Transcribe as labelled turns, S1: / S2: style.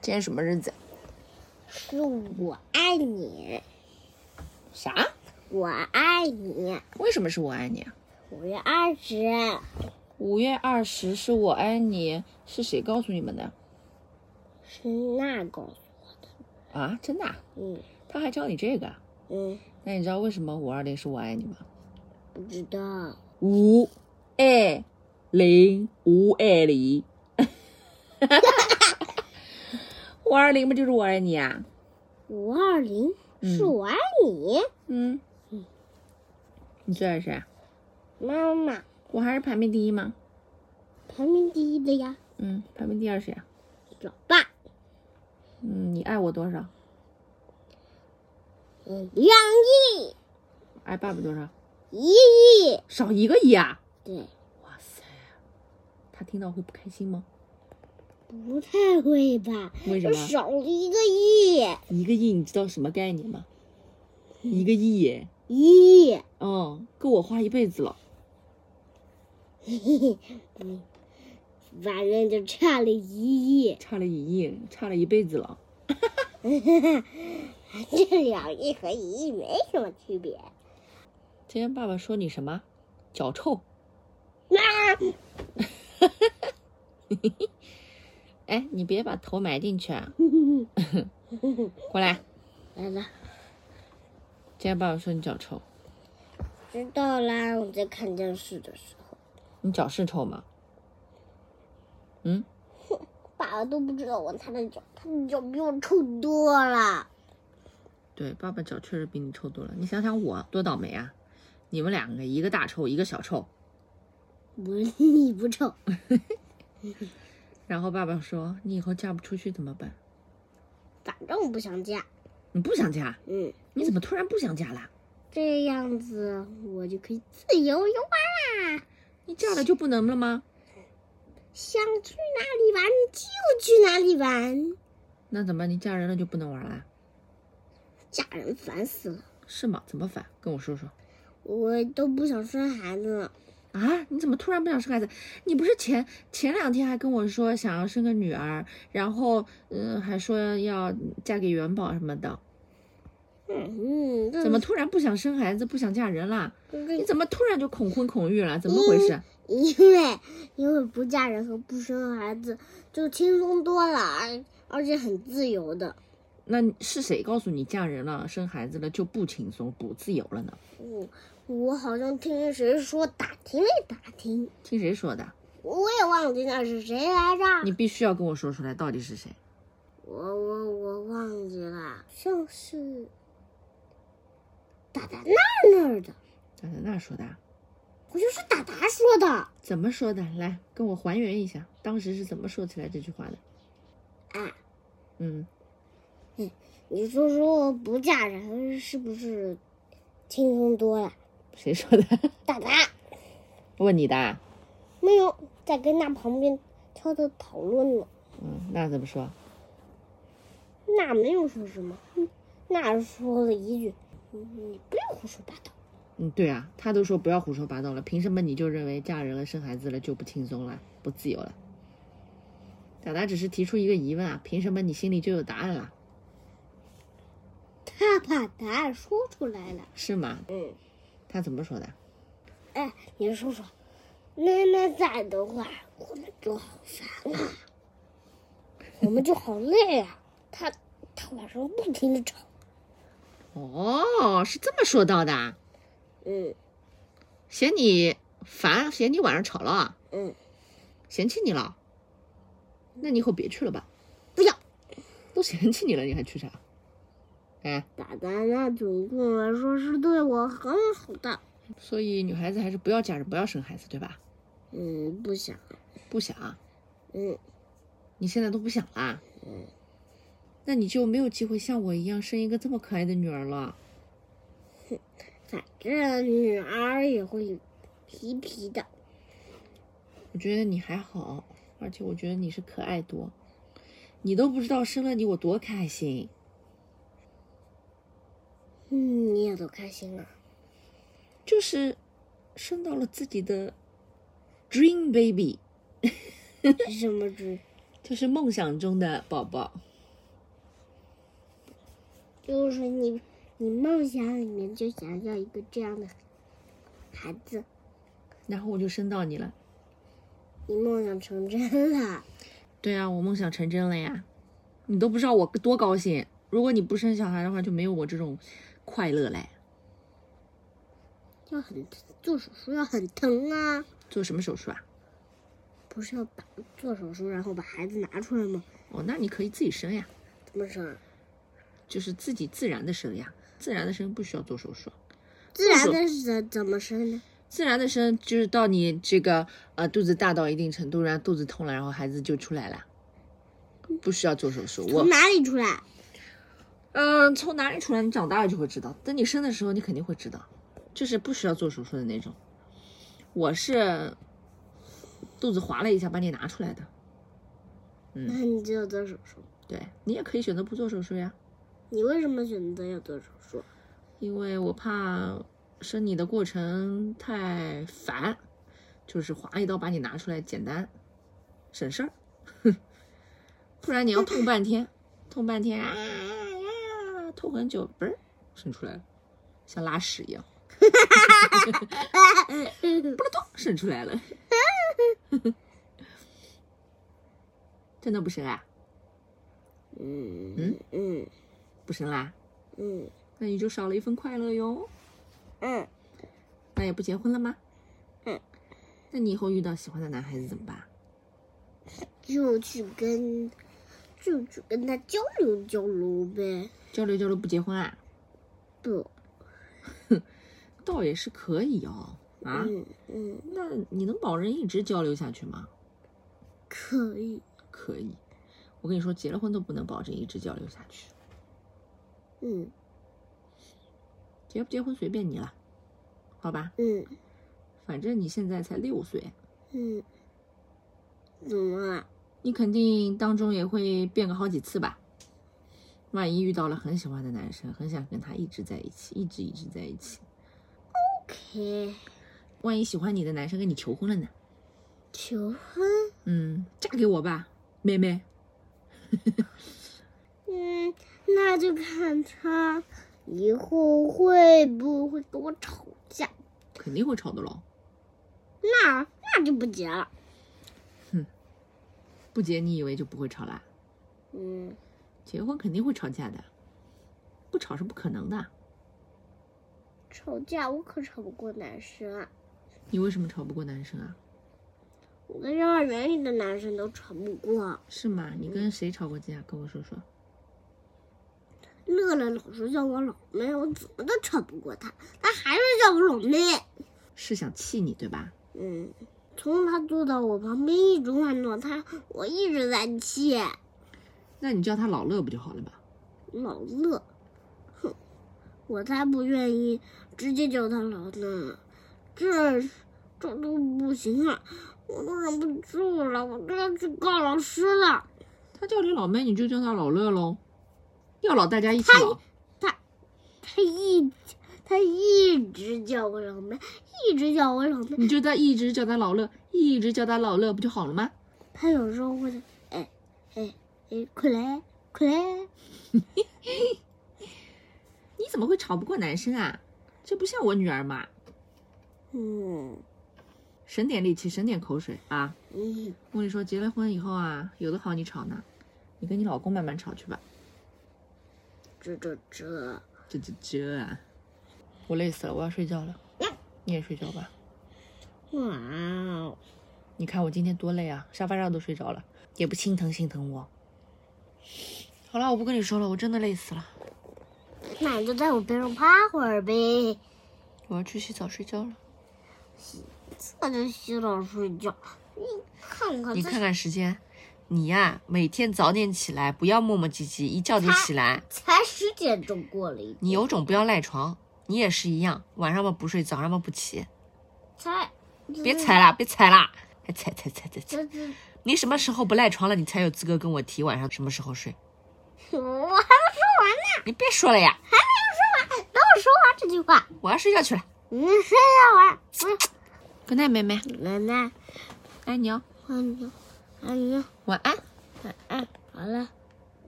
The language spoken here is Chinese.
S1: 今天什么日子？
S2: 是我爱你，
S1: 啥？
S2: 我爱你，
S1: 为什么是我爱你、啊？
S2: 五月二十，
S1: 五月二十是我爱你，是谁告诉你们的？
S2: 是那告诉
S1: 啊，真的啊、
S2: 嗯
S1: 他还教你这个啊？
S2: 嗯，
S1: 那你知道为什么五二零是我爱你吗？
S2: 不知道，
S1: 五爱零五爱零， 五二零不就是我爱你啊？
S2: 五二零
S1: 嗯
S2: 是我爱你，
S1: 嗯，你最爱谁啊？
S2: 妈妈
S1: 我还是排名第一吗？
S2: 排名第一的呀，
S1: 嗯，排名第二谁啊？
S2: 老爸，
S1: 嗯，你爱我多少？
S2: 嗯，两亿，
S1: 爱爸爸多少？
S2: 一亿，
S1: 少一个亿啊！
S2: 对，
S1: 哇塞，他听到会不开心吗？
S2: 不太会吧？
S1: 为什
S2: 就
S1: 么？
S2: 少了一个亿，
S1: 一个亿，你知道什么概念吗？一个亿耶，
S2: 一亿，
S1: 嗯，够我花一辈子了。
S2: 嘿嘿嘿，嗯，反正就差了一 亿，
S1: 差了一亿，差了一辈子了。
S2: 这两亿和一亿没什么区别。
S1: 今天爸爸说你什么？脚臭。 哎，你别把头埋进去啊！ 过来，
S2: 来了，
S1: 今天爸爸说你脚臭，
S2: 知道啦。我在看电视的时候，
S1: 你脚是臭吗？嗯，
S2: 爸爸都不知道我擦的脚，他的脚比我臭多了。
S1: 对，爸爸脚确实比你臭多了。你想想我多倒霉啊！你们两个，一个大臭，一个小臭。
S2: 我你不臭，
S1: 然后爸爸说：“你以后嫁不出去怎么办？
S2: 反正我不想嫁。
S1: 你不想嫁，
S2: 嗯，
S1: 你怎么突然不想嫁啦？
S2: 这样子我就可以自由游啊玩啦。
S1: 你嫁了就不能了吗？
S2: 想去哪里玩就去哪里玩，
S1: 那怎么办你嫁人了就不能玩啦？
S2: 嫁人烦死了，
S1: 是吗？怎么反？跟我说说
S2: 我都不想生孩子了。
S1: 啊！你怎么突然不想生孩子？你不是前前两天还跟我说想要生个女儿，然后嗯还说要嫁给元宝什么的，
S2: 嗯，这
S1: 怎么突然不想生孩子，不想嫁人啦？
S2: 这
S1: 你怎么突然就恐婚恐育了？怎么回事？
S2: 因为因为不嫁人和不生孩子就轻松多了，而而且很自由的。
S1: 那是谁告诉你嫁人了、生孩子了就不轻松、不自由了呢？
S2: 我我好像听谁说打听了打听，
S1: 听谁说的？
S2: 我也忘记那是谁来
S1: 你
S2: 着。
S1: 必须要跟我说出来，到底是谁？
S2: 我我我忘记了，像是达达那儿那儿的，
S1: 咋在那说的啊？
S2: 好像是达达说的。
S1: 怎么说的？来，跟我还原一下，当时是怎么说起来这句话的？
S2: 啊，
S1: 嗯，
S2: 你说说不嫁人是不是轻松多了？
S1: 谁说的？
S2: 达达
S1: 问你的啊？
S2: 没有在跟那旁边悄悄讨论呢。
S1: 嗯，那怎么说？
S2: 那没有说什么，嗯那说了一句：“嗯你不要胡说八道。
S1: 嗯，对啊，他都说不要胡说八道了，凭什么你就认为嫁人了、生孩子了就不轻松了、不自由了？达达只是提出一个疑问啊，凭什么你心里就有答案了？”
S2: 他把答案说出来了。
S1: 是吗？
S2: 嗯，
S1: 他怎么说的？
S2: 哎，你说说，那那再的话，我们就好烦啊，我们就好累啊。他他晚上不停的吵，
S1: 哦，是这么说到的啊，
S2: 嗯
S1: 嫌你烦，嫌你晚上吵了，啊
S2: 嗯，
S1: 嫌弃你了，那你以后别去了吧。
S2: 不要。
S1: 都嫌弃你了，你还去啥？哎，
S2: 达达那总共来说是对我很好的。
S1: 所以女孩子还是不要嫁人，不要生孩子，对吧？
S2: 嗯，不想，
S1: 不想，
S2: 嗯，
S1: 你现在都不想啦。那你就没有机会像我一样生一个这么可爱的女儿了。
S2: 反正女儿也会皮皮的。
S1: 我觉得你还好，而且我觉得你是可爱多。你都不知道生了你我多开心。
S2: 嗯，你也多开心 啊！
S1: 就是生到了自己的 dream baby，
S2: 什么猪？
S1: 就是梦想中的宝宝。
S2: 就是你你梦想里面就想要一个这样的孩子，
S1: 然后我就生到你了。
S2: 你梦想成真了。
S1: 对啊，我梦想成真了呀！你都不知道我多高兴。如果你不生小孩的话，就没有我这种快乐嘞。
S2: 要很做手术要很疼啊，
S1: 做什么手术啊？
S2: 不是要把做手术然后把孩子拿出来吗？
S1: 哦，那你可以自己生呀，
S2: 怎么生啊？
S1: 就是自己自然的生呀，自然的生不需要做手术。
S2: 自然的是怎怎么生呢？
S1: 自然的生就是到你这个呃肚子大到一定程度，然后肚子痛了，然后孩子就出来了，不需要做手术。我
S2: 从哪里出来？
S1: 嗯、从哪里出来，你长大了就会知道。等你生的时候，你肯定会知道，就是不需要做手术的那种。我是肚子划了一下，把你拿出来的。
S2: 那你就要做手术。
S1: 对你也可以选择不做手术呀，
S2: 你为什么选择要做手术？
S1: 因为我怕生你的过程太烦，就是划一刀把你拿出来，简单省事儿。 不然你要痛半天，痛半天啊啊，痛很久，嘣儿生出来了，像拉屎一样。
S2: 哎
S1: 生出来了。 真的不生啊？
S2: 嗯嗯嗯
S1: 不生啦？
S2: 嗯
S1: 那你就少了一份快乐哟。
S2: 嗯，
S1: 那也不结婚了吗？
S2: 嗯。
S1: 那你以后遇到喜欢的男孩子怎么办？
S2: 就去跟就去跟他交流交流呗。
S1: 交流交流不结婚啊？
S2: 不，
S1: 倒也是可以哦。啊，
S2: 嗯嗯，
S1: 那你能保证一直交流下去吗？
S2: 可以。
S1: 可以。我跟你说，结了婚都不能保证一直交流下去，
S2: 嗯
S1: 结不结婚随便你了，好吧？
S2: 嗯
S1: 反正你现在才六岁，
S2: 嗯，怎么了？
S1: 你肯定当中也会变个好几次吧。万一遇到了很喜欢的男生，很想跟他一直在一起，一直一直在一起。
S2: 嘿，
S1: 万一喜欢你的男生跟你求婚了呢？
S2: 求婚？
S1: 嗯，嫁给我吧，妹妹。
S2: 嗯，那就看他以后会不会跟我吵架。
S1: 肯定会吵的喽，
S2: 那那就不结了。
S1: 不结你以为就不会吵啦？
S2: 嗯，
S1: 结婚肯定会吵架的，不吵是不可能的。
S2: 吵架我可吵不过男生啊，
S1: 你为什么吵不过男生啊？
S2: 我跟幼儿园里的男生都吵不过。
S1: 是吗？你跟谁吵过架？跟我说说。
S2: 乐乐老是叫我老妹，我怎么都吵不过他，他还是叫我老妹。
S1: 是想气你对吧？
S2: 嗯，从他坐到我旁边一直玩到他，我一直在气。
S1: 那你叫他老乐不就好了吗？
S2: 老乐，哼，我才不愿意直接叫他老呢，这这都不行啊，我都忍不住了，我都要去告老师了。
S1: 他叫你老妹，你就叫他老乐喽。要老大家一起老。
S2: 他一他一直叫我老妹，一直叫我老妹，
S1: 你就在一直叫他老乐，一直叫他老乐，不就好了吗？
S2: 他有时候会说，哎哎哎，快来快来，
S1: 你怎么会吵不过男生啊？这不像我女儿嘛，
S2: 嗯
S1: 省点力气，省点口水啊！
S2: 嗯
S1: 我跟你说，结了婚以后啊，有的好你吵呢，你跟你老公慢慢吵去吧。
S2: 这这这，
S1: 这这这啊！我累死了，我要睡觉了。你也睡觉吧。
S2: 哇哦，
S1: 你看我今天多累啊，沙发上都睡着了，也不心疼心疼我。好了，我不跟你说了，我真的累死了，
S2: 那你就在我边上趴会儿呗。
S1: 我要去洗澡睡觉了。
S2: 我就洗澡睡觉。你看看
S1: 你
S2: 这
S1: 看看时间，你呀、每天早点起来，不要磨磨唧唧，一觉就起来。
S2: 才十点钟过了一点，
S1: 你有种不要赖床，你也是一样，晚上嘛不睡，早上嘛不起，
S2: 才
S1: 别踩啦，别踩啦，还踩踩踩踩踩！
S2: 这这，
S1: 你什么时候不赖床了，你才有资格跟我提晚上什么时候睡？
S2: 我还没说完呢，
S1: 你别说了呀，
S2: 等我说完这句话，
S1: 我要睡觉去了。
S2: 你睡觉嗯玩。
S1: Good night，妹妹，
S2: 奶奶，
S1: 爱你哦，
S2: 安妞，安妞，
S1: 晚安。
S2: 晚安，好了。